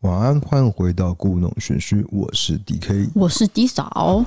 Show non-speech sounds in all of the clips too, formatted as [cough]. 晚安，欢迎回到故弄玄虚，我是 DK。我是 D 嫂，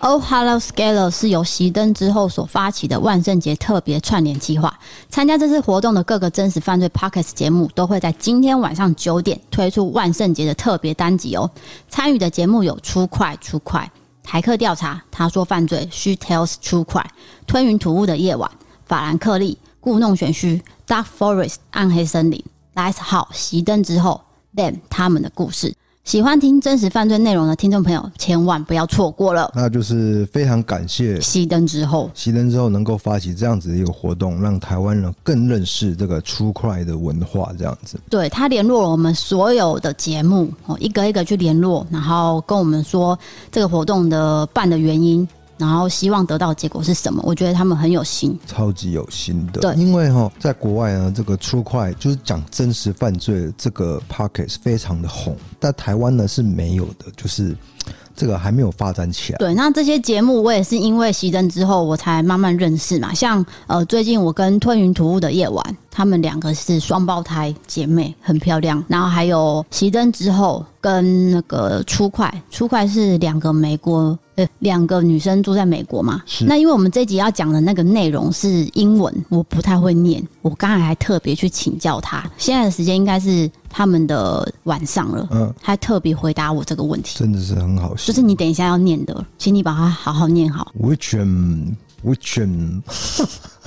Oh Hello Scaler 是由熄灯之后所发起的万圣节特别串联计划。参加这次活动的各个真实犯罪 Pockets 节目都会在今天晚上九点推出万圣节的特别单集哦。参与的节目有出快出快、台客调查、他说犯罪、She Tells 出快、吞云吐雾的夜晚、法兰克利、故弄玄虚、Dark Forest 暗黑森林、Lights 号熄灯之后、Them 他们的故事。喜欢听真实犯罪内容的听众朋友，千万不要错过了。那就是非常感谢熄灯之后，熄灯之后能够发起这样子的一个活动，让台湾人更认识这个出快的文化，这样子。对他联络了我们所有的节目哦，一个一个去联络，然后跟我们说这个活动的办的原因，然后希望得到的结果是什么。我觉得他们很有心，超级有心的。对因为哈，在国外呢，这个出快就是讲真实犯罪这个 pocket 非常的红，但台湾呢是没有的，就是这个还没有发展起来。对，那这些节目我也是因为熄灯之后，我才慢慢认识嘛。像呃，最近我跟吞云吐雾的夜晚，她们两个是双胞胎姐妹，很漂亮。然后还有熄灯之后跟那个初快，初快是两个美国。呃，两个女生住在美国嘛是，那因为我们这集要讲的那个内容是英文，我不太会念，我刚才还特别去请教她。现在的时间应该是他们的晚上了，嗯，她还特别回答我这个问题。真的是很好就笑。是你等一下要念的，请你把它好好念好。 Which um, which um, [laughs]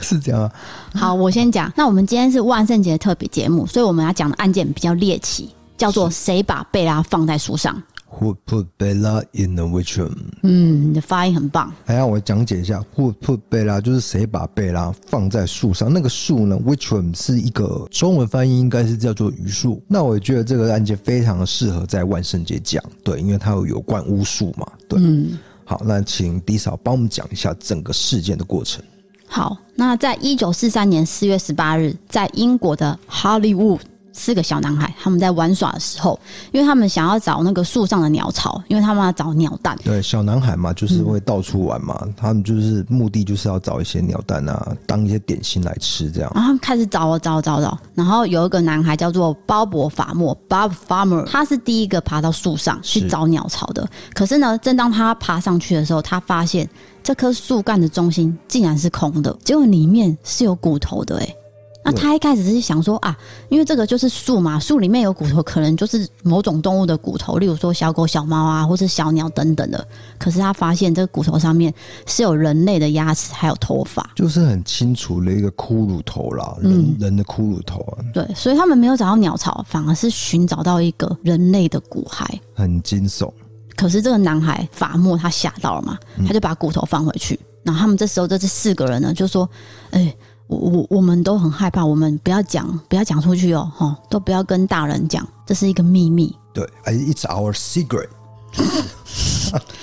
是这样啊？好，我先讲。那我们今天是万圣节的特别节目，所以我们要讲的案件比较猎奇，叫做“谁把贝拉放在树上 Who put Bella in the witch room？”。嗯，你的发音很棒。还要我讲解一下，Who put Bella 就是谁把贝拉放在树上？那个树呢，which one 是一个中文翻译应该是叫做榆树。那我觉得这个案件非常的适合在万圣节讲，对，因为它有有关巫术嘛，对。嗯，好，那请迪嫂帮我们讲一下整个事件的过程。好。那在一九四三年四月十八日，在英国的 Hollywood，四个小男孩他们在玩耍的时候，因为他们想要找那个树上的鸟巢，因为他们要找鸟蛋，对，小男孩嘛，就是会到处玩嘛，他们就是目的就是要找一些鸟蛋啊，当一些点心来吃这样。然后他们开始找啊找啊找啊找，然后有一个男孩叫做鲍勃法莫 （Bob Farmer），他是第一个爬到树上是去找鸟巢的。可是呢，正当他爬上去的时候，他发现这棵树干的中心竟然是空的，结果里面是有骨头的、欸。哎，那对他一开始是想说啊，因为这个就是树嘛，树里面有骨头，可能就是某种动物的骨头，例如说小狗、小猫啊，或是小鸟等等的。可是他发现这个骨头上面是有人类的牙齿，还有头发。就是很清楚的一个骷髅头啦，人、嗯人的骷髅头啊，对，所以他们没有找到鸟巢，反而是寻找到一个人类的骨骸。很惊悚。可是这个男孩法莫他吓到了嘛，他就把骨头放回去。然后他们这时候这这四个人呢，就说：“哎、我我我们都很害怕，我们不要讲，不要讲出去哦，哈，都不要跟大人讲，这是一个秘密。对哎，It's our secret，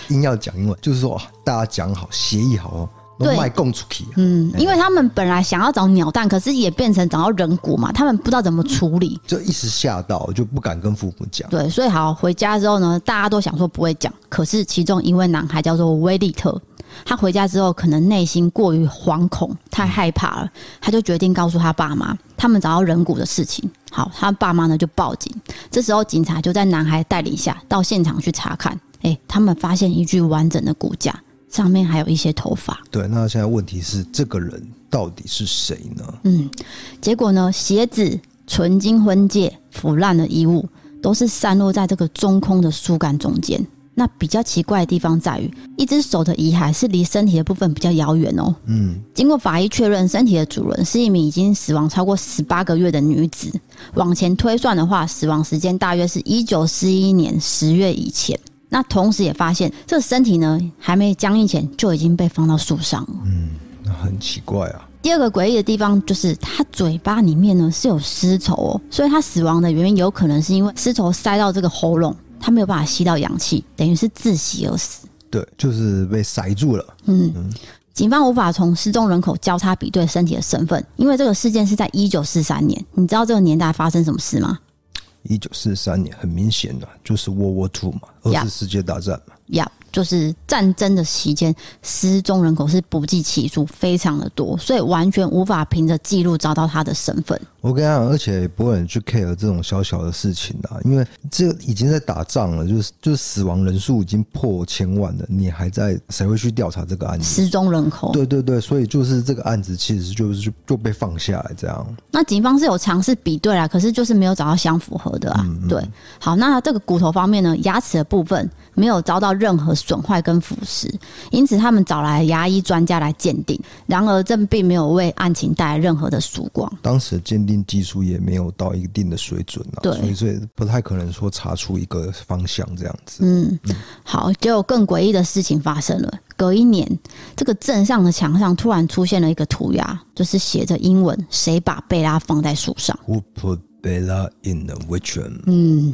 硬要讲英文，就是说啊大家讲好，协议好哦，都对卖供出去啊。”嗯，因为他们本来想要找鸟蛋，可是也变成找到人骨嘛，他们不知道怎么处理。就一时吓到，就不敢跟父母讲。对，所以好回家之后呢，大家都想说不会讲，可是其中一位男孩叫做威利特，他回家之后可能内心过于惶恐，太害怕了，他就决定告诉他爸妈，他们找到人骨的事情。好，他爸妈呢就报警，这时候警察就在男孩带领下到现场去查看，哎、他们发现一具完整的骨架，上面还有一些头发。对，那现在问题是，这个人到底是谁呢？嗯，结果呢，鞋子、纯金婚戒、腐烂的衣物，都是散落在这个中空的树干中间。那比较奇怪的地方在于，一只手的遗骸是离身体的部分比较遥远哦。嗯，经过法医确认，身体的主人是一名已经死亡超过十八个月的女子。往前推算的话，死亡时间大约是一九四一年十月以前。那同时也发现，这身体呢还没僵硬前就已经被放到树上了。那很奇怪啊。第二个诡异的地方就是，他嘴巴里面呢是有丝绸哦，所以他死亡的原因有可能是因为丝绸塞到这个喉咙，他没有办法吸到氧气，等于是窒息而死。对，就是被塞住了。警方无法从失踪人口交叉比对身体的身份，因为这个事件是在一九四三年。你知道这个年代发生什么事吗？一九四三年，很明显的、就是 World War Two 嘛，二 Yeah 次世界大战嘛。呀、就是战争的期间，失踪人口是不计其数，非常的多，所以完全无法凭着记录找到他的身份。我跟你讲，而且也不会很去 care 这种小小的事情啊，因为这已经在打仗了，就是就是死亡人数已经破千万了，你还在，谁会去调查这个案子？失踪人口，对对对，所以就是这个案子其实就是就就被放下来这样。那警方是有尝试比对啦，可是就是没有找到相符合的啊。对，好，那这个骨头方面呢，牙齿的部分没有遭到任何损坏跟腐蚀，因此他们找来牙医专家来鉴定。然而，这并没有为案情带来任何的曙光。当时的鉴定技术也没有到一定的水准啊，对所以所以不太可能说查出一个方向这样子。嗯，好，结果更诡异的事情发生了。隔一年，这个镇上的墙上突然出现了一个涂鸦，就是写着英文“谁把贝拉放在树上”。 Who put Bella in the witch room？嗯，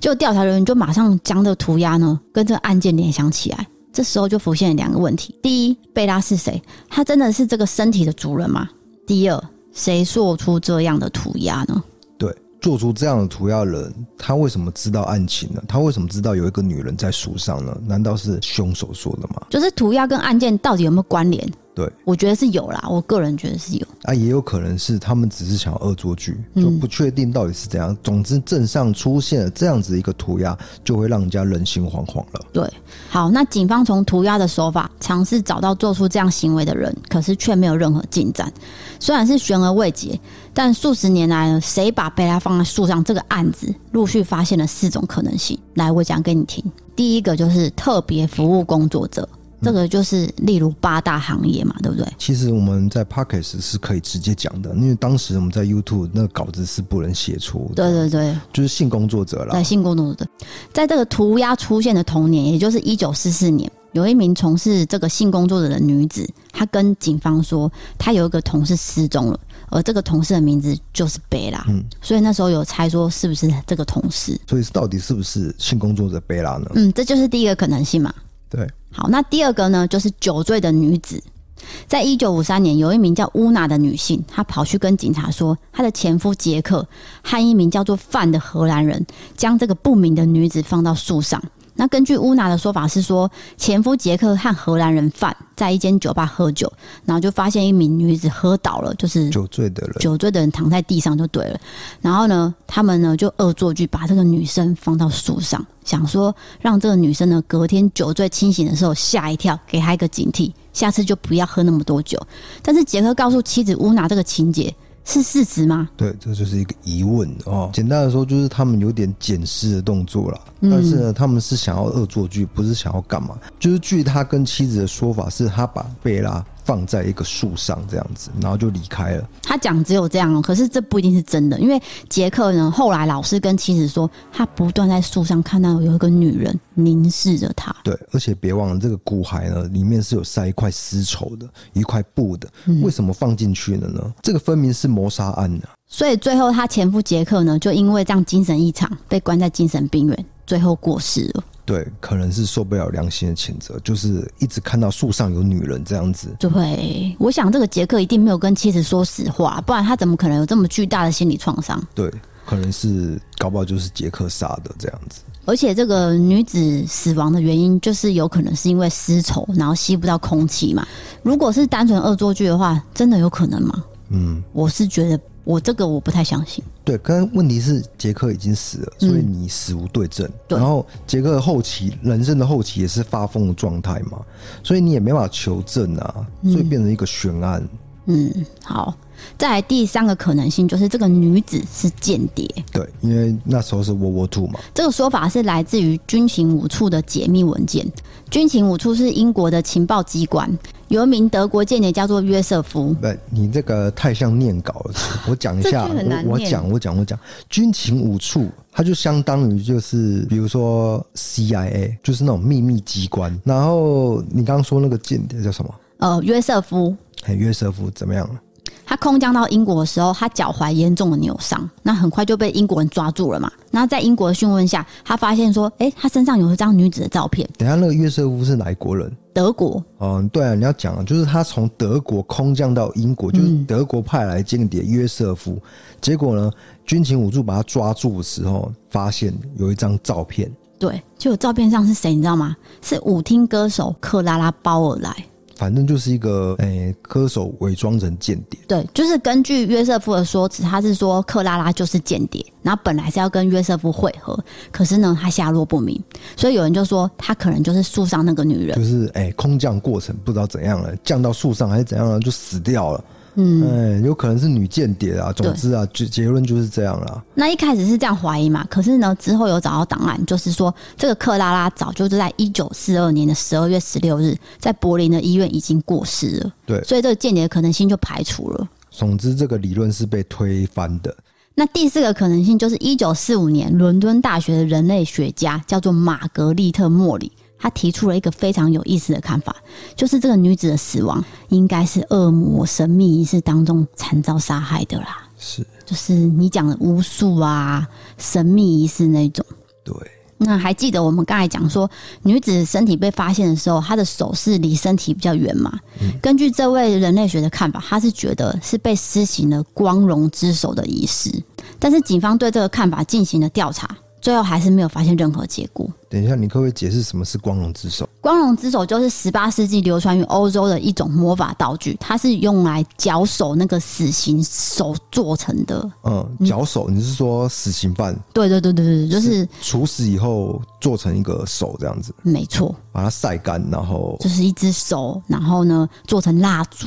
就调查人员就马上将这个涂鸦呢跟这个案件联想起来。这时候就浮现两个问题：第一，贝拉是谁？他真的是这个身体的主人吗？第二，谁做出这样的涂鸦呢？对，做出这样的涂鸦的人，他为什么知道案情呢？他为什么知道有一个女人在树上呢？难道是凶手做的吗？就是涂鸦跟案件到底有没有关联？对，我觉得是有啦，我个人觉得是有。啊，也有可能是他们只是想要恶作剧，嗯就不确定到底是怎样。总之，镇上出现了这样子一个涂鸦，就会让人家人心惶惶了。对，好，那警方从涂鸦的手法尝试找到做出这样行为的人，可是却没有任何进展。虽然是悬而未解，但数十年来呢，谁把贝拉放在树上这个案子，陆续发现了四种可能性。来，我讲给你听。第一个就是特别服务工作者，这个就是例如八大行业嘛，对不对？其实我们在 Pockets 是可以直接讲的，因为当时我们在 YouTube 那个稿子是不能写出的，对对对，就是性工作者啦在。性工作者，在这个涂鸦出现的同年，也就是一九四四年，有一名从事这个性工作者的女子，她跟警方说，她有一个同事失踪了，而这个同事的名字就是贝拉，所以那时候有猜说是不是这个同事，所以到底是不是性工作者贝拉呢？嗯，这就是第一个可能性嘛。对，好，那第二个呢，就是酒醉的女子。在一九五三年，有一名叫乌娜的女性，她跑去跟警察说，她的前夫杰克和一名叫做范的荷兰人将这个不明的女子放到树上。那根据乌娜的说法是说，前夫杰克和荷兰人范在一间酒吧喝酒，然后就发现一名女子喝倒了，就是酒醉的人。酒醉的人躺在地上就对了。然后呢，他们呢就恶作剧把这个女生放到树上，想说让这个女生呢隔天酒醉清醒的时候吓一跳，给她一个警惕，下次就不要喝那么多酒。但是杰克告诉妻子乌娜这个情节是事实吗？对，这就是一个疑问哦。简单的说，就是他们有点捡尸的动作啦，但是呢，他们是想要恶作剧，不是想要干嘛。就是据他跟妻子的说法，是他把贝拉放在一个树上这样子，然后就离开了。他讲只有这样哦，可是这不一定是真的，因为杰克呢后来老是跟妻子说，他不断在树上看到有一个女人凝视着他。对，而且别忘了这个骨骸呢，里面是有塞一块丝绸的，一块布的。为什么放进去了呢？这个分明是谋杀案啊呢、所以最后，他前夫杰克呢，就因为这样精神异常，被关在精神病院，最后过世了，对，可能是受不了良心的谴责，就是一直看到树上有女人这样子，就会。我想这个杰克一定没有跟妻子说实话，不然他怎么可能有这么巨大的心理创伤？对，可能是搞不好就是杰克杀的这样子。而且这个女子死亡的原因，就是有可能是因为丝绸，然后吸不到空气嘛。如果是单纯恶作剧的话，真的有可能吗？嗯，我是觉得，我这个我不太相信。对，跟问题是杰克已经死了，所以你死无对证。嗯对然后杰克后期人生的后期也是发疯的状态嘛，所以你也没办法求证啊，所以变成一个悬案。嗯，好。再来第三个可能性就是这个女子是间谍。对，因为那时候是 World War Two 嘛，这个说法是来自于军情五处的解密文件。军情五处是英国的情报机关，有一名德国间谍叫做约瑟夫。不，你这个太像念稿了。我讲一下， [laughs] 这句很难我我念讲我讲我讲，军情五处，它就相当于就是比如说 CIA，就是那种秘密机关。然后你刚刚说那个间谍叫什么？呃，约瑟夫嘿，约瑟夫怎么样？他空降到英国的时候，他脚踝严重的扭伤，那很快就被英国人抓住了嘛。然后在英国的讯问下，他发现说，诶，他身上有一张女子的照片，等一下那个约瑟夫是哪一国人？德国。嗯，对啊，你要讲啊，就是他从德国空降到英国，就是德国派来间谍约瑟夫。结果呢，军情五处把他抓住的时候，发现有一张照片，对，就照片上是谁，你知道吗？是舞厅歌手克拉拉包尔来。反正就是一个诶、歌手伪装成间谍，对，就是根据约瑟夫的说辞，他是说克拉拉就是间谍，然后本来是要跟约瑟夫会合，可是呢，他下落不明，所以有人就说他可能就是树上那个女人就。是诶、空降过程不知道怎样了，降到树上还是怎样了，就死掉了。嗯，有可能是女间谍啊。总之啊，结结论就是这样啦。那一开始是这样怀疑嘛，可是呢，之后有找到档案，就是说这个克拉拉早就在一九四二年的十二月十六日，在柏林的医院已经过世了，对，所以这个间谍的可能性就排除了。总之这个理论是被推翻的。那第四个可能性就是一九四五年伦敦大学的人类学家叫做玛格丽特·莫里，她提出了一个非常有意思的看法，就是这个女子的死亡应该是恶魔神秘仪式当中惨遭杀害的啦，是就是你讲的巫术啊、神秘仪式那一种。对，那还记得我们刚才讲说，女子身体被发现的时候，她的手是离身体比较远嘛？根据这位人类学的看法，她是觉得是被施行了光荣之手的仪式，但是警方对这个看法进行了调查，最后还是没有发现任何结果。等一下，你可不可以解释什么是光荣之手？光荣之手就是十八世纪流传于欧洲的一种魔法道具，它是用来绞首那个死刑手做成的。嗯，绞首，你是说死刑犯对对对对对，就是处死以后做成一个手这样子，没错，把它晒干，然后就是一只手，然后呢做成蜡烛，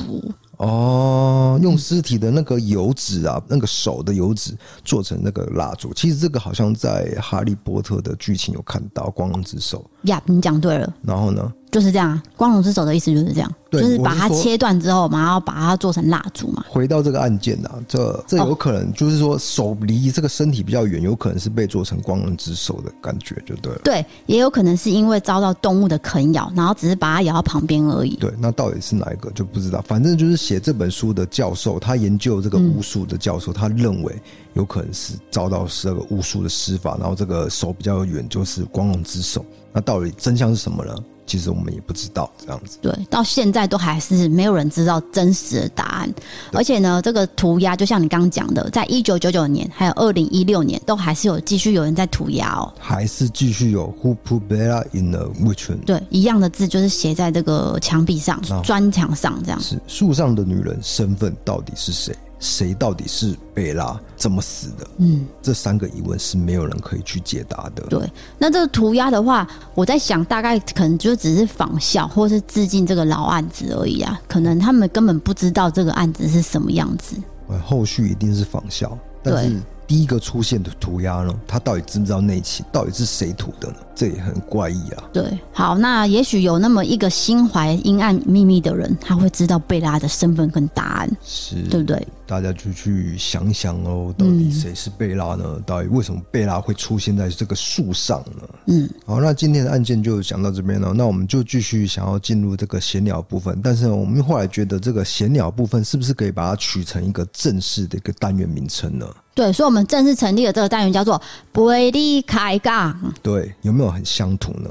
哦，用尸体的那个油脂啊，那个手的油脂做成那个蜡烛。其实这个好像在《哈利波特》的剧情有看到光荣之手。呀你讲对了，然后呢，就是这样啊。光荣之手的意思就是这样，就对是把它我是说切断之后，然后把它做成蜡烛嘛。回到这个案件啊，这这有可能就是说手离这个身体比较远，有可能是被做成光荣之手的感觉就对了。对，也有可能是因为遭到动物的啃咬，然后只是把它咬到旁边而已。对，那到底是哪一个就不知道。反正就是写这本书的教授，他研究这个巫术的教授，他认为有可能是遭到这个巫术的施法，然后这个手比较远，就是光荣之手。那到底真相是什么呢？其实我们也不知道，这样子。对，到现在都还是没有人知道真实的答案。而且呢，这个涂鸦就像你刚刚讲的，在一九九九年还有二零一六年，都还是有继续有人在涂鸦哦。还是继续有 Who put Bella in the witch room？对，一样的字就是写在这个墙壁上、哦砖墙上这样。是树上的女人身份到底是谁？谁到底是贝拉？怎么死的？嗯，这三个疑问是没有人可以去解答的。对，那这个涂鸦的话，我在想，大概可能就只是仿效或是致敬这个老案子而已啊。可能他们根本不知道这个案子是什么样子。呃，后续一定是仿效，但对是第一个出现的涂鸦呢，它到底知不知道内情？到底是谁涂的呢？这也很怪异啊。对，好，那也许有那么一个心怀阴暗秘密的人，他会知道贝拉的身份跟答案，是，对不对？大家就去想想哦，到嗯底谁是贝拉呢？到底为什么贝拉会出现在这个树上呢？嗯，好，那今天的案件就讲到这边了。那我们就继续想要进入这个闲聊部分，但是呢我们后来觉得这个闲聊部分是不是可以把它取成一个正式的一个单元名称呢？对，所以我们正式成立了这个单元，叫做“贝利开杠对，有没有很相同呢？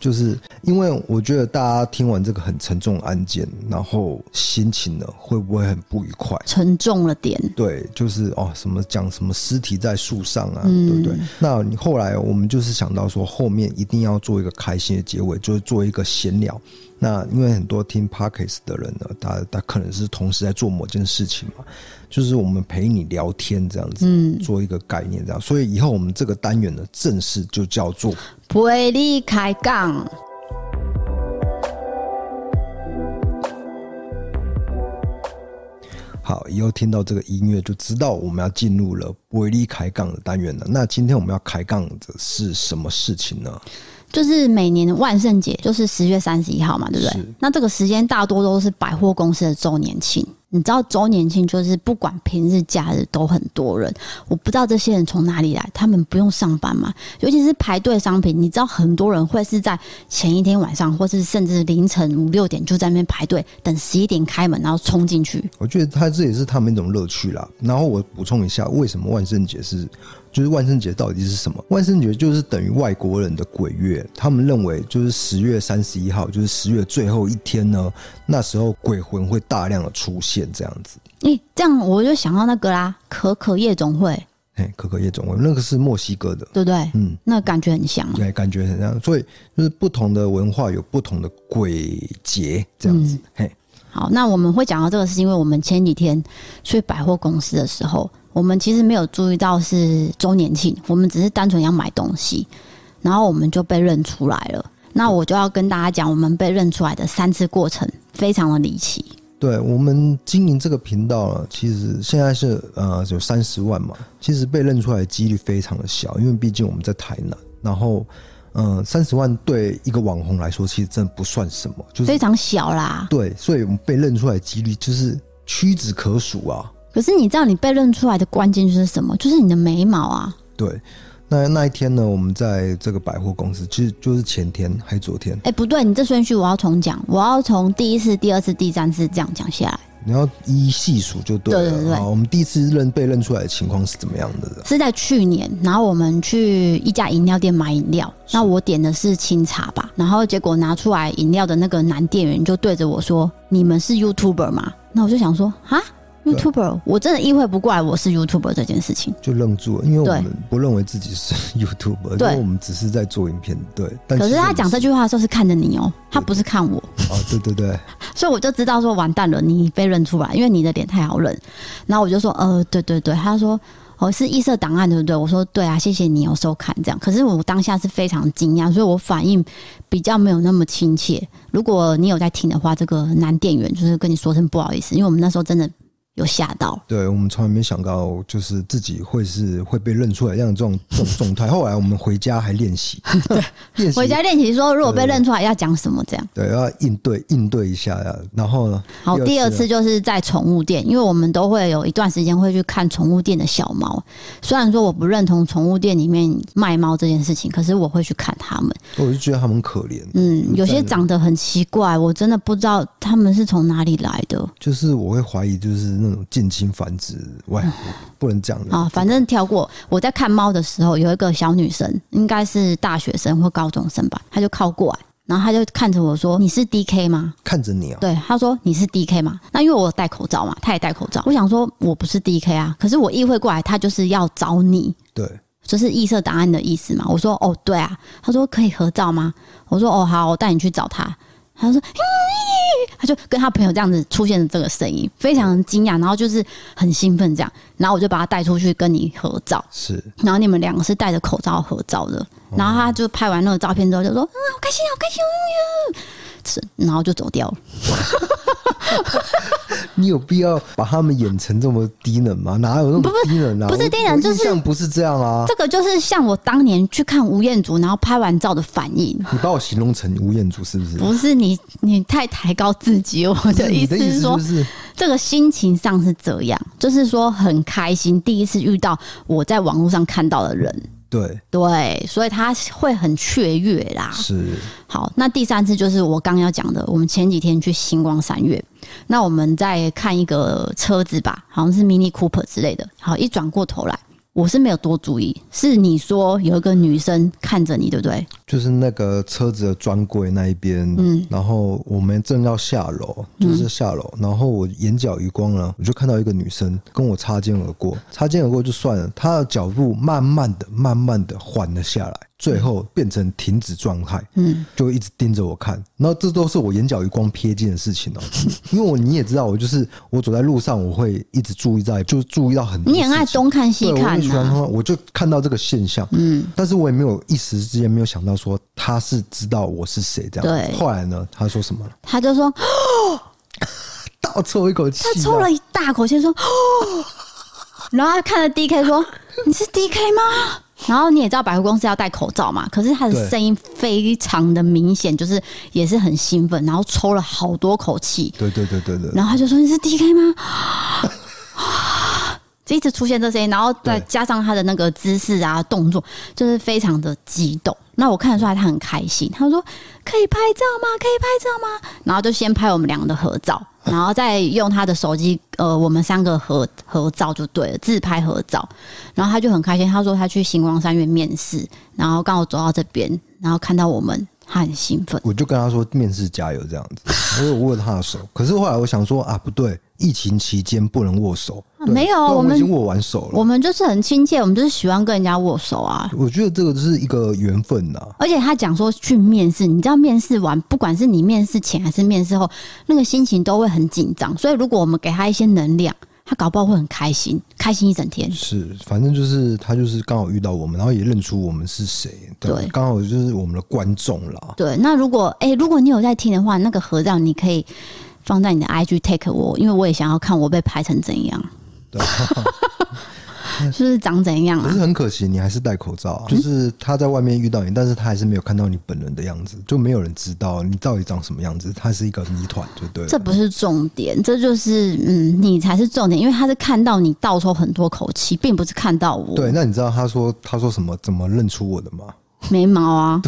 就是因为我觉得大家听完这个很沉重的案件，然后心情呢会不会很不愉快”，？沉重了点。对，就是哦，什么讲什么尸体在树上啊，对不对？那你后来我们就是想到说，后面一定要做一个开心的结尾，就是做一个闲聊。那因为很多听 podcast 的人呢，他他可能是同时在做某件事情嘛，就是我们陪你聊天这样子，做一个概念这样。所以以后我们这个单元呢，正式就叫做贝利开杠，好，以后听到这个音乐就知道我们要进入了威力开杠的单元了。那今天我们要开杠的是什么事情呢？就是每年的万圣节，就是十月三十一号嘛，对不对是？那这个时间大多都是百货公司的周年庆。你知道周年庆就是不管平日假日都很多人，我不知道这些人从哪里来，他们不用上班嘛？尤其是排队商品，你知道很多人会是在前一天晚上，或是甚至凌晨五六点就在那边排队，等十一点开门，然后冲进去。我觉得他这也是他们一种乐趣啦。然后我补充一下，为什么万圣节是，就是万圣节到底是什么？万圣节就是等于外国人的鬼月，他们认为就是十月三十一号，就是十月最后一天呢，那时候鬼魂会大量的出现这样子。诶、这样我就想到那个啦，可可夜总会。嘿，可可夜总会，那个是墨西哥的，对不对？嗯，那感觉很像嘛。对，哎感觉很像，所以就是不同的文化有不同的鬼节这样子，嘿，好，那我们会讲到这个，是因为我们前几天去百货公司的时候，我们其实没有注意到是周年庆，我们只是单纯要买东西，然后我们就被认出来了。那我就要跟大家讲，我们被认出来的三次过程非常的离奇。对我们经营这个频道了，其实现在是呃有三十万嘛，其实被认出来的几率非常的小，因为毕竟我们在台南，然后嗯三十万对一个网红来说，其实真的不算什么，就是非常小啦。对，所以我们被认出来的几率就是屈指可数啊。可是你知道你被认出来的关键就是什么？就是你的眉毛啊。对，那那一天呢，我们在这个百货公司，其实就是前天还昨天，哎、不对，你这顺序我要重讲，我要从第一次、第二次、第三次这样讲下来。你要依细数就对了。对对对好我们第一次认被认出来的情况是怎么样的？是在去年，然后我们去一家饮料店买饮料，那我点的是清茶吧，然后结果拿出来饮料的那个男店员就对着我说：“你们是 YouTuber 吗？”那我就想说啊，YouTuber，我真的意会不过来我是 YouTuber 这件事情。就愣住了，因为我对们不认为自己是 [laughs] YouTube，因对为我们只是在做影片。对，但可其是实 [laughs] 他讲这句话的时候是看着你哦、他不是看我，我们是啊，对对对，所以我就知道说完蛋了，你被认出来，因为你的脸太好认。然后我就说呃，对对对，他说。哦，是异色档案对不对？我说对啊，谢谢你有收看这样。可是我当下是非常惊讶，所以我啊反应比较没有那么亲切。如果你有在听的话，这个男店员就是跟你说声不好意思，因为我们那时候真的有吓到。对我们从来没想到，就是自己会是会被认出来这样这种这种状态。后来我们回家还练 [laughs] 习，对，练习回家练习说，如果被认出来要讲什么这样。对要应对应对一下呀。然后呢，好，第二次啊就是在宠物店，因为我们都会有一段时间会去看宠物店的小猫。虽然说我不认同宠物店里面卖猫这件事情，可是我会去看它们。我就觉得他们很可怜，嗯，有些赞长得很奇怪，我真的不知道它们是从哪里来的就是我会怀疑，就是那种近亲繁殖，喂，不能这样的啊。反正跳过。我在看猫的时候，有一个小女生，应该是大学生或高中生吧，她就靠过来，然后她就看着我说：“你是 D K 吗？”看着你啊，对，他说你是 D K 嘛？那因为我有戴口罩嘛，他也戴口罩。我想说我不是 D K 啊，可是我意会过来，他就是要找你，对，就是异色档案的意思嘛。我说哦，对啊。他说可以合照吗？我说哦，好，我带你去找他。他说，咦他就跟他朋友这样子出现这个声音，非常惊讶，然后就是很兴奋这样。然后我就把他带出去跟你合照，是然后你们两个是戴着口罩合照的。然后他就拍完那个照片之后就说：“嗯，好开心，好开心，嗯呀。是”然后就走掉了。你有必要把他们演成这么低能吗？哪有那么低能啊？不是我低能我就是印象不是这样啊！这个就是像我当年去看吴彦祖，然后拍完照的反 [laughs] 应，你把我形容成吴彦祖是 [laughs] 不是？不是你你太抬高自己。我不是的你意的思意思是说，就是这个心情上是这样，就是说很开心，第一次遇到我在网络上看到的人，对，对，所以他会很雀跃啦。是好，那第三次就是我刚要讲的，我们前几天去星光三月，那我们在看一个车子吧，好像是 Mini Cooper 之类的。好，一转过头来，我是没有多注意，是你说有一个女生看着你，对不对？就是那个车子的专柜那一边，嗯，然后我们正要下楼，嗯就是下楼，然后我眼角余光呢，我就看到一个女生跟我擦肩而过，擦肩而过就算了，她的脚步慢慢的、慢慢的缓了下来，最后变成停止状态，嗯，就一直盯着我看，然后这都是我眼角余光瞥见的事情哦、 [laughs] 因为我你也知道，我就是我走在路上，我会一直注意在，就注意到很多事你情，很爱东看西对，我看很喜欢啊。他，我就看到这个现象，嗯，但是我也没有一时之间没有想到说他是知道我是谁这样子。对后来呢，他说什么了？他就说，倒抽一口气，他抽了一大口气， [laughs] 说，哦，然后他看着 DK 说：“你是 DK 吗？”然后你也知道百货公司要戴口罩嘛，可是他对的声音非常的明显，就是也是很兴奋，然后抽了好多口气，对对对对对，然后他就说：“你是 DK 吗？” [gasps] 就一直出现这声音，然后再对加上他的那个姿势啊、动作，就是非常的激动。那我看得出来他很开心，他说：“可以拍照吗？可以拍照吗？”然后就先拍我们两个的合照，然后再用他的手机，呃，我们三个合合照就对了，自拍合照。然后他就很开心，他说他去星光三月面试，然后刚好走到这边，然后看到我们，他很兴奋。我就跟他说面试加油这样子，我有握他的手，可是后来我想说啊，不对，疫情期间不能握手，啊对没有对我我们已经握完手了。我们就是很亲切，我们就是喜欢跟人家握手啊。我觉得这个就是一个缘分呐、而且他讲说去面试，你知道面试完，不管是你面试前还是面试后，那个心情都会很紧张。所以如果我们给他一些能量，他搞不好会很开心，开心一整天。是，反正就是他就是刚好遇到我们，然后也认出我们是谁，对刚好就是我们的观众啦。对，那如果哎、如果你有在听的话，那个合照你可以放在你的 IG take 我，因为我也想要看我被拍成怎样，对吧， [laughs] 是不是长怎样可啊是？很可惜，你还是戴口嗯罩啊、就是他在外面遇到你，但是他还是没有看到你本人的样子，就没有人知道你到底长什么样子。他是一个谜团，就对了。这不是重点，这就是嗯，你才是重点，因为他是看到你倒抽很多口气，并不是看到我对，那你知道他说他说什么怎么认出我的吗？眉毛 [laughs] 啊，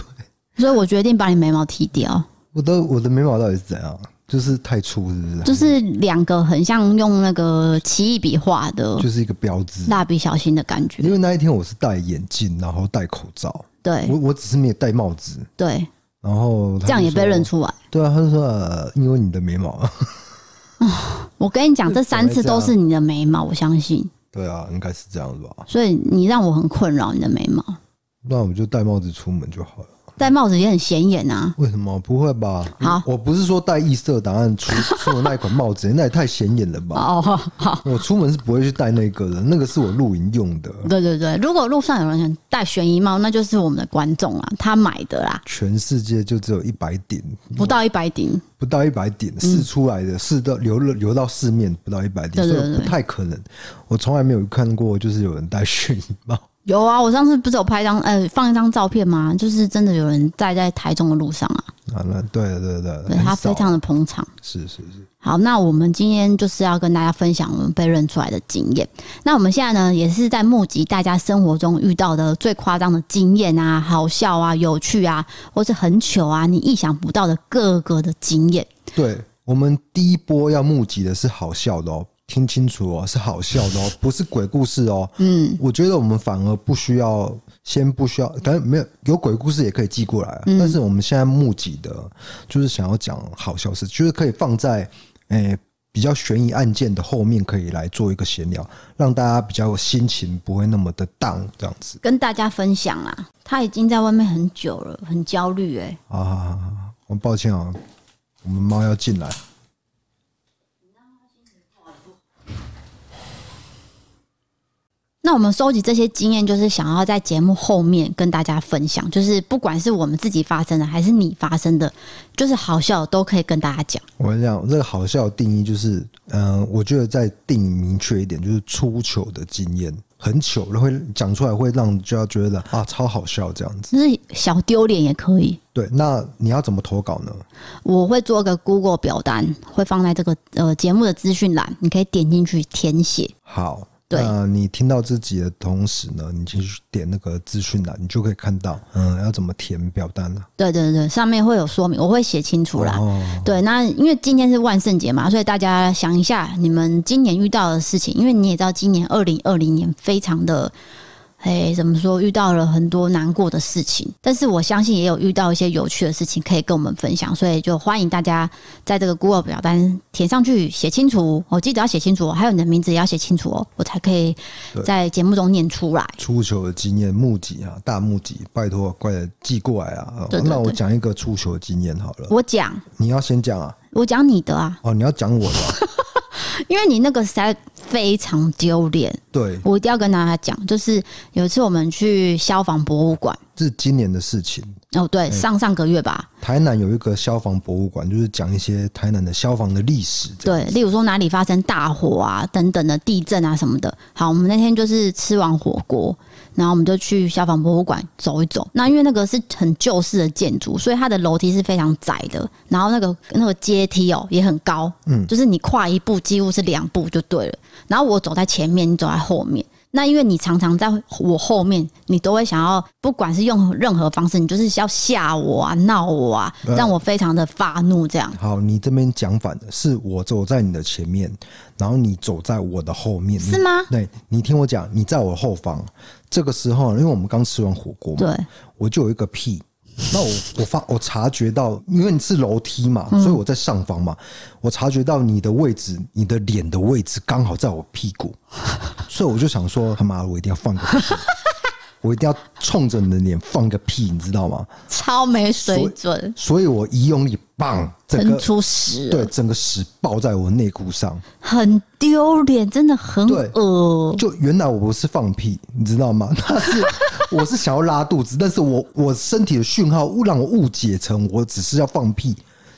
所以我决定把你眉毛剃掉。我的我的眉毛到底是怎样？就是太粗，是不是？就是两个很像用那个奇异笔画的就是一个标志。蜡笔小新的感觉因。为那一天我是戴眼镜，然后戴口罩，对我我只是没有戴帽子，对，然后他这样就也被说认。出来。对啊，他就说、呃、因为你的眉毛。 [laughs] 我跟你讲，这三次怎么都会这是你的眉毛，我相信。对啊，应该是这样子吧？所以你让我很困扰，你的眉毛那我们就戴帽子出门就好了。戴帽子也很显眼啊。为什么不会吧？好我不是说戴异色档案出出的那一款帽子， [laughs] 那也太显眼了吧？哦，好，我出门是不会去戴那个的，那个是我露营用的，对对对，如果路上有人想戴悬疑帽，那就是我们的观众啦，他买的啦，全世界就只有一百顶，不到一百顶。不到一百嗯顶试出来的，试到流流到市面不到一百顶，对对所对以不太可能。我从来没有看过，就是有人戴训帽。有啊，我上次不是有拍一张呃放一张照片吗？就是真的有人戴在台中的路上啊，啊，那对对对，对很他少非常的捧场。是是是，好，那我们今天就是要跟大家分享我们被认出来的经验。那我们现在呢，也是在募集大家生活中遇到的最夸张的经验啊、好笑啊、有趣啊，或是很糗啊，你意想不到的各个的经验。对我们第一波要募集的是好笑的哦，听清楚哦，是好笑的哦，不是鬼故事哦。嗯，我觉得我们反而不需要，先不需要，但没有有鬼故事也可以寄过来啊、但是我们现在募集的，就是想要讲好消息，就是可以放在诶、比较悬疑案件的后面，可以来做一个闲聊，让大家比较心情不会那么的 down 这样子跟大家分享啊，他已经在外面很久了，很焦虑哎、啊。我抱歉啊，我们猫要进来，那我们收集这些经验，就是想要在节目后面跟大家分享，就是不管是我们自己发生的，还是你发生的，就是好笑的都可以跟大家讲。我跟你讲，这个好笑的定义就是，嗯、我觉得再定义明确一点，就是出糗的经验，很糗，然后会讲出来会让就要觉得啊超好笑这样子。就是小丢脸也可以。对，那你要怎么投稿呢？我会做个 Google 表单，会放在这个呃节目的资讯栏，你可以点进去填写。好，对那你听到自己的同时呢，你进去点那个资讯栏，你就可以看到，嗯，要怎么填表单啊了、对对对，上面会有说明，我会写清楚啦。哦，对，那因为今天是万圣节嘛，所以大家想一下你们今年遇到的事情，因为你也知道，今年二零二零年非常的，哎，怎么说，遇到了很多难过的事情，但是我相信也有遇到一些有趣的事情可以跟我们分享，所以就欢迎大家在这个 Google 表单填上去，写清楚，我、哦、记得要写清楚、哦，还有你的名字也要写清楚哦，我才可以对在节目中念出来。出糗的经验募集啊，大募集，拜托，快点寄过来啊！哦对对那我对讲一个出糗的经验好了，我讲，你要先讲啊，我讲你的啊，哦，你要讲我的啊、因为你那个实在非常丢脸。对，我一定要跟大家讲，就是有一次我们去消防博物馆，这是今年的事情。哦，对，上上个月吧，台南有一个消防博物馆，就是讲一些台南的消防的历史这样。对，例如说哪里发生大火啊、等等的地震啊什么的。好，我们那天就是吃完火锅，然后我们就去消防博物馆走一走。那因为那个是很旧式的建筑，所以它的楼梯是非常窄的，然后那个那个阶梯哦也很高，嗯，就是你跨一步几乎是两步就对了。然后我走在前面，你走在后面。那因为你常常在我后面，你都会想要，不管是用任何方式，你就是要吓我啊、闹我啊，嗯让我非常的发怒这样。好，你这边讲反了，是我走在你的前面，然后你走在我的后面，是吗你对，你听我讲，你在我后方。这个时候，因为我们刚吃完火锅嘛，对，我就有一个屁，那我我发我察觉到，因为你是楼梯嘛，嗯所以我在上方嘛，我察觉到你的位置，你的脸的位置刚好在我屁 [laughs] 股，所以我就想说，他妈的，我一定要放个屁，我一定要冲着你的脸放个屁，你知道吗？超没水准，所以我一用力，棒，整嗯喷个出屎了，对整个屎爆在我内裤上。很丢脸，真的很对恶。就原来我不是放屁，你知道吗？ [laughs] 那是我是想要拉肚子，但是我我身体的讯号误让我误解成我只是要放屁，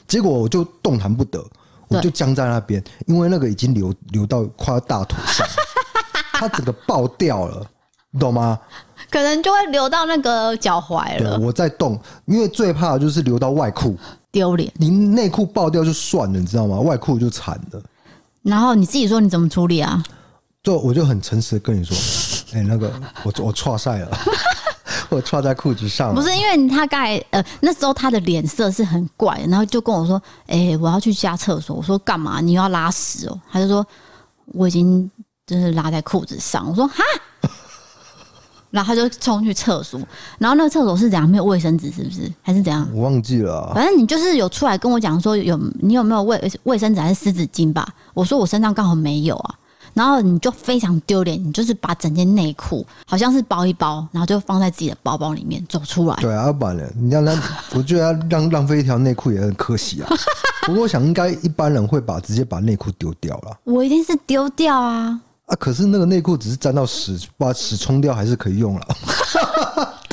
结果我就动弹不得，我对就僵在那边，因为那个已经流流到快要大腿上，它整个爆掉了，你懂吗？可能就会流到那个脚踝对，了，我在动，因为最怕的就是流到外裤，丢脸。你内裤爆掉就算了，你知道吗？外裤就惨了。然后你自己说你怎么处理啊？嗯就我就很诚实的跟你 [laughs] 说，哎、那个我我错晒了，我错在裤子上了不。是因为他刚才呃那时候他的脸色是很怪的，然后就跟我说：“哎、我要去下厕所。”我说：“干嘛？你又要拉屎哦？”他就说：“我已经就是拉在裤子上。”我说：“ [laughs] 哈。”然后他就冲去厕所，然后那个厕所是怎样？没有卫生纸是不是？还是怎样？我忘记了啊，反正你就是有出来跟我讲说有你有没有卫卫生纸还是湿纸巾吧？我说我身上刚好没有啊，然后你就非常丢脸，你就是把整件内裤好像是包一包，然后就放在自己的包包里面走出来。对啊，不然呢你让他，我觉得他浪浪费一条内裤也很可惜 [laughs] 啊。不过我想应该一般人会把直接把内裤丢掉了我一定是丢掉啊！啊，可是那个内裤只是沾到屎，把屎冲掉还是可以用 [laughs] 了。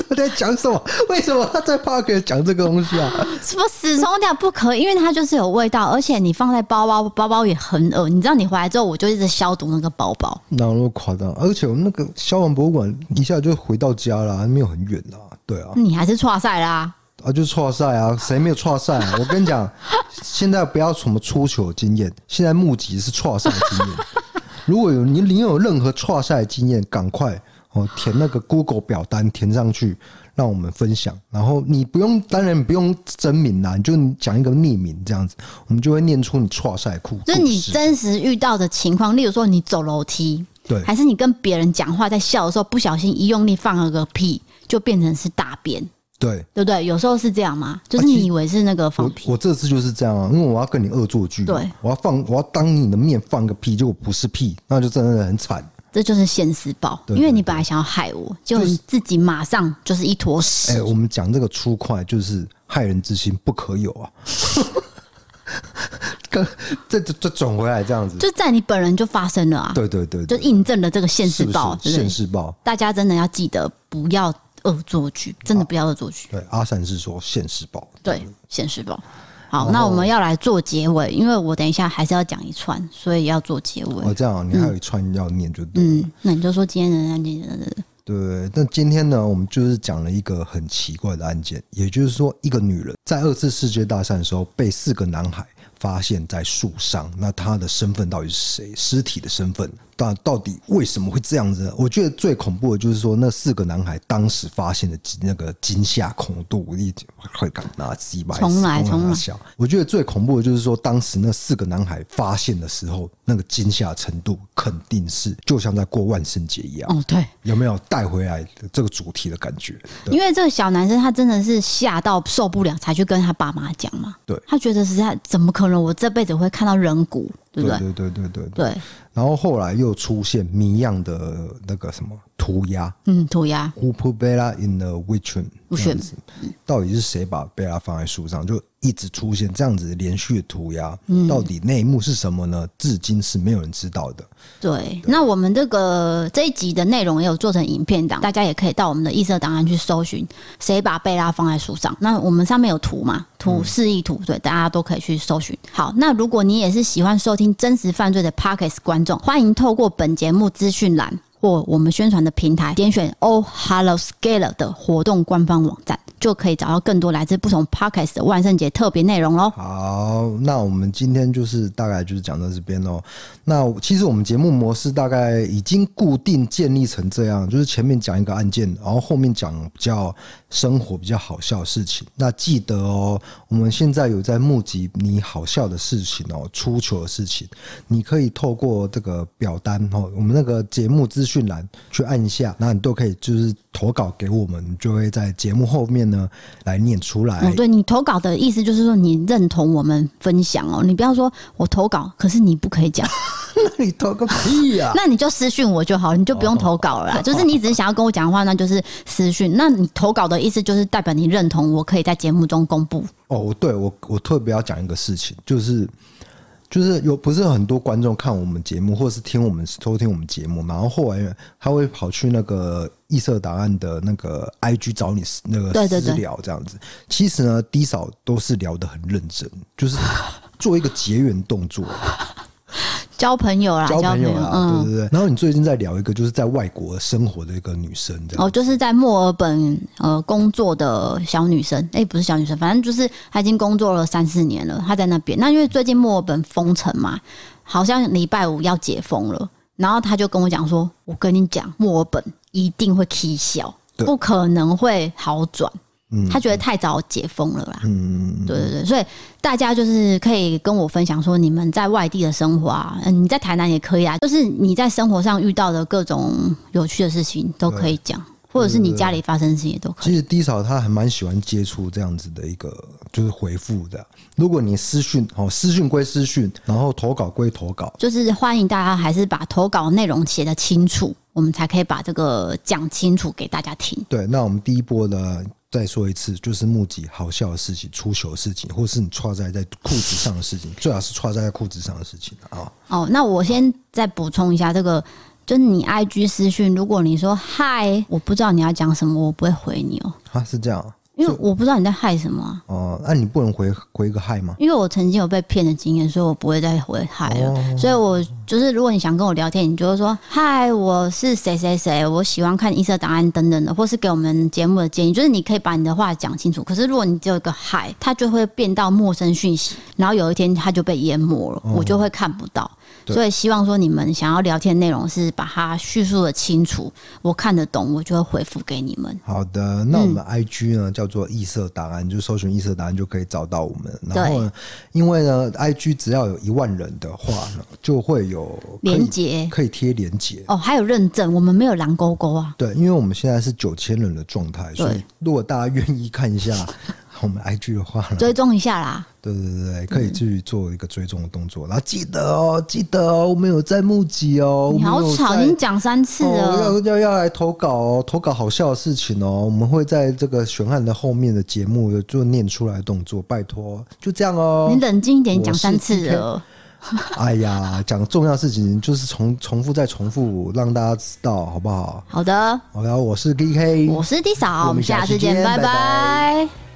他在讲什么？为什么他在 Park 讲这个东西啊？什么死冲掉不可以，因为它就是有味道，而且你放在包包，包包也很恶。你知道你回来之后，我就一直消毒那个包包。哪有那么夸张？而且我们那个消防博物馆一下就回到家啦，没有很远啦。对啊，你还是错赛啦，啊，就错赛啊，谁没有错赛啊？我跟你讲，现在不要什么出糗经验，现在募集是错赛经验。如果有你你有任何错赛经验，赶快哦填那个 Google 表单填上去，让我们分享。然后你不用，当然不用真名啦，你就讲一个匿名这样子，我们就会念出你错赛故就是故你事真实遇到的情况，例如说你走楼梯，对还是你跟别人讲话在笑的时候不小心一用力放了个屁，就变成是大便，对。对不对？有时候是这样嘛，就啊是其实你以为是那个放我屁，我这次就是这样啊，因为我要跟你恶作剧，对，我要放，我要当你的面放个屁，结果不是屁，那就真的很惨。这就是现实报，对因为你本来想要害我，结果你自己马上就是一坨屎。哎、我们讲这个粗快，就是害人之心不可有啊。 [laughs] 跟这这这转回来这样子，就在你本人就发生了啊，对对对就对，印证了这个现是实不报，是对现不对？世报？大家真的要记得不要恶作剧，真的不要恶作剧，对，阿善是说现世报。对，现实报。好，那我们要来做结尾，因为我等一下还是要讲一串，所以要做结尾。哦，这样啊你还有一串要念就对了，嗯，那你就说今天的案件，对对对。那今天呢，我们就是讲了一个很奇怪的案件，也就是说，一个女人在二次世界大战的时候被四个男孩发现在树上，那她的身份到底是谁？尸体的身份，但到底为什么会这样子呢？我觉得最恐怖的就是说，那四个男孩当时发现的惊那个惊吓恐度，一会敢拿鸡巴重来重来小。我觉得最恐怖的就是说，当时那四个男孩发现的时候，那个惊吓程度肯定是就像在过万圣节一样。哦，对，有没有带回来这个主题的感觉？对因为这个小男生他真的是吓到受不了，才去跟他爸妈讲嘛。对他觉得实在怎么可能，我这辈子会看到人骨，对不对？对对对对对。对，然后后来又出现谜样的那个什么涂鸦嗯，涂鸦， w h o p u Bella in the Witch Room，不这选样子到底是谁把贝拉放在树上？就一直出现这样子连续的涂鸦，嗯到底内幕是什么呢？至今是没有人知道的。对，那我们这个这一集的内容也有做成影片档，大家也可以到我们的异色档案去搜寻“谁把贝拉放在树上”。那我们上面有图嘛，图示意图，对，大家都可以去搜寻。好，那如果你也是喜欢收听真实犯罪的 Pockets 观众，欢迎透过本节目资讯栏。或我们宣传的平台，点选 All Hello Scale 的活动官方网站，就可以找到更多来自不同 Pockets 的万圣节特别内容喽。好，那我们今天就是大概就是讲到这边喽。那其实我们节目模式大概已经固定建立成这样，就是前面讲一个案件，然后后面讲比较生活比较好笑的事情。那记得哦，我们现在有在募集你好笑的事情哦，出糗的事情，你可以透过这个表单哦，我们那个节目资讯栏去按一下，那你都可以就是投稿给我们，你就会在节目后面呢来念出来。哦，对你投稿的意思就是说你认同我们分享哦，你不要说我投稿，可是你不可以 [laughs] 讲，那你投 [laughs] 个屁呀、那你就私讯我就好，你就不用投稿哦了啦。就是你只是想要跟我讲的话，那就是私讯。那你投稿的意思就是代表你认同我可以在节目中公布。哦，对我我特别要讲一个事情，就是就是有不是很多观众看我们节目，或是听我们收听我们节目，然后后来他会跑去那个异色档案的那个 IG 找你私那个对对私对聊这样子。其实呢，低嫂都是聊得很认真，就是做一个结缘动 [laughs] 作，交朋友啦，交交朋友啦，嗯，对对对。然后你最近在聊一个就是在外国生活的一个女生，这样哦，就是在墨尔本呃工作的小女生，哎、不是小女生，反正就是她已经工作了三四年了，她在那边。那因为最近墨尔本封城嘛，好像礼拜五要解封了，然后她就跟我讲说：“我跟你讲，墨尔本一定会 K 笑，对不可能会好转。”嗯她觉得太早解封了啦。嗯，对对对，所以大家就是可以跟我分享说你们在外地的生活啊，嗯，你在台南也可以啊，就是你在生活上遇到的各种有趣的事情都可以讲，或者是你家里发生的事情也都可以。其实低嫂她还蛮喜欢接触这样子的一个就是回复的。如果你私讯哦，私讯归私讯，然后投稿归投稿，就是欢迎大家还是把投稿内容写得清楚，我们才可以把这个讲清楚给大家听。对。那我们第一波呢，再说一次，就是募集好笑的事情、出糗的事情，或是你歘在在裤子上的事情，最好是歘在裤子上的事情啊、哦哦，那我先再补充一下这个。就是你 IG 私讯，如果你说嗨，我不知道你要讲什么，我不会回你哦、啊，是这样啊因为我不知道你在嗨什么啊、哦。那、你不能回回个嗨吗？因为我曾经有被骗的经验，所以我不会再回嗨了。哦所以我就是，如果你想跟我聊天，你就会说：“嗨，我是谁谁谁，我喜欢看音色档案等等的，或是给我们节目的建议。”就是你可以把你的话讲清楚。可是如果你只有一个嗨，它就会变到陌生讯息，然后有一天它就被淹没了，哦我就会看不到。对所以希望说你们想要聊天内容是把它叙述的清楚，我看得懂，我就会回复给你们。好的，嗯那我们 I G 呢、叫做异色答案，就搜寻异色答案就可以找到我们。然后呢，因为呢 I G 只要有一万人的话呢，就会有可以连接可以贴连接。哦，还有认证，我们没有狼勾勾啊。对，因为我们现在是九千人的状态，所以对如果大家愿意看一下我们 I G 的话呢，追嗯踪一下啦，对对对对，可以去做一个追踪的动作。然后记得哦，记得哦，我们有在募集哦，我你们好有吵，在你讲三次了。哦、要要要来投稿哦，投稿好笑的事情哦，我们会在这个悬案的后面的节目有做念出来的动作，拜托，就这样哦你。冷静一点，你讲三次了。哎呀，讲重要事情就是重重复再重复，让大家知道好不好？好的，好，然后我是 D K，我是 D 嫂，我我们们下下次次见见，拜拜拜拜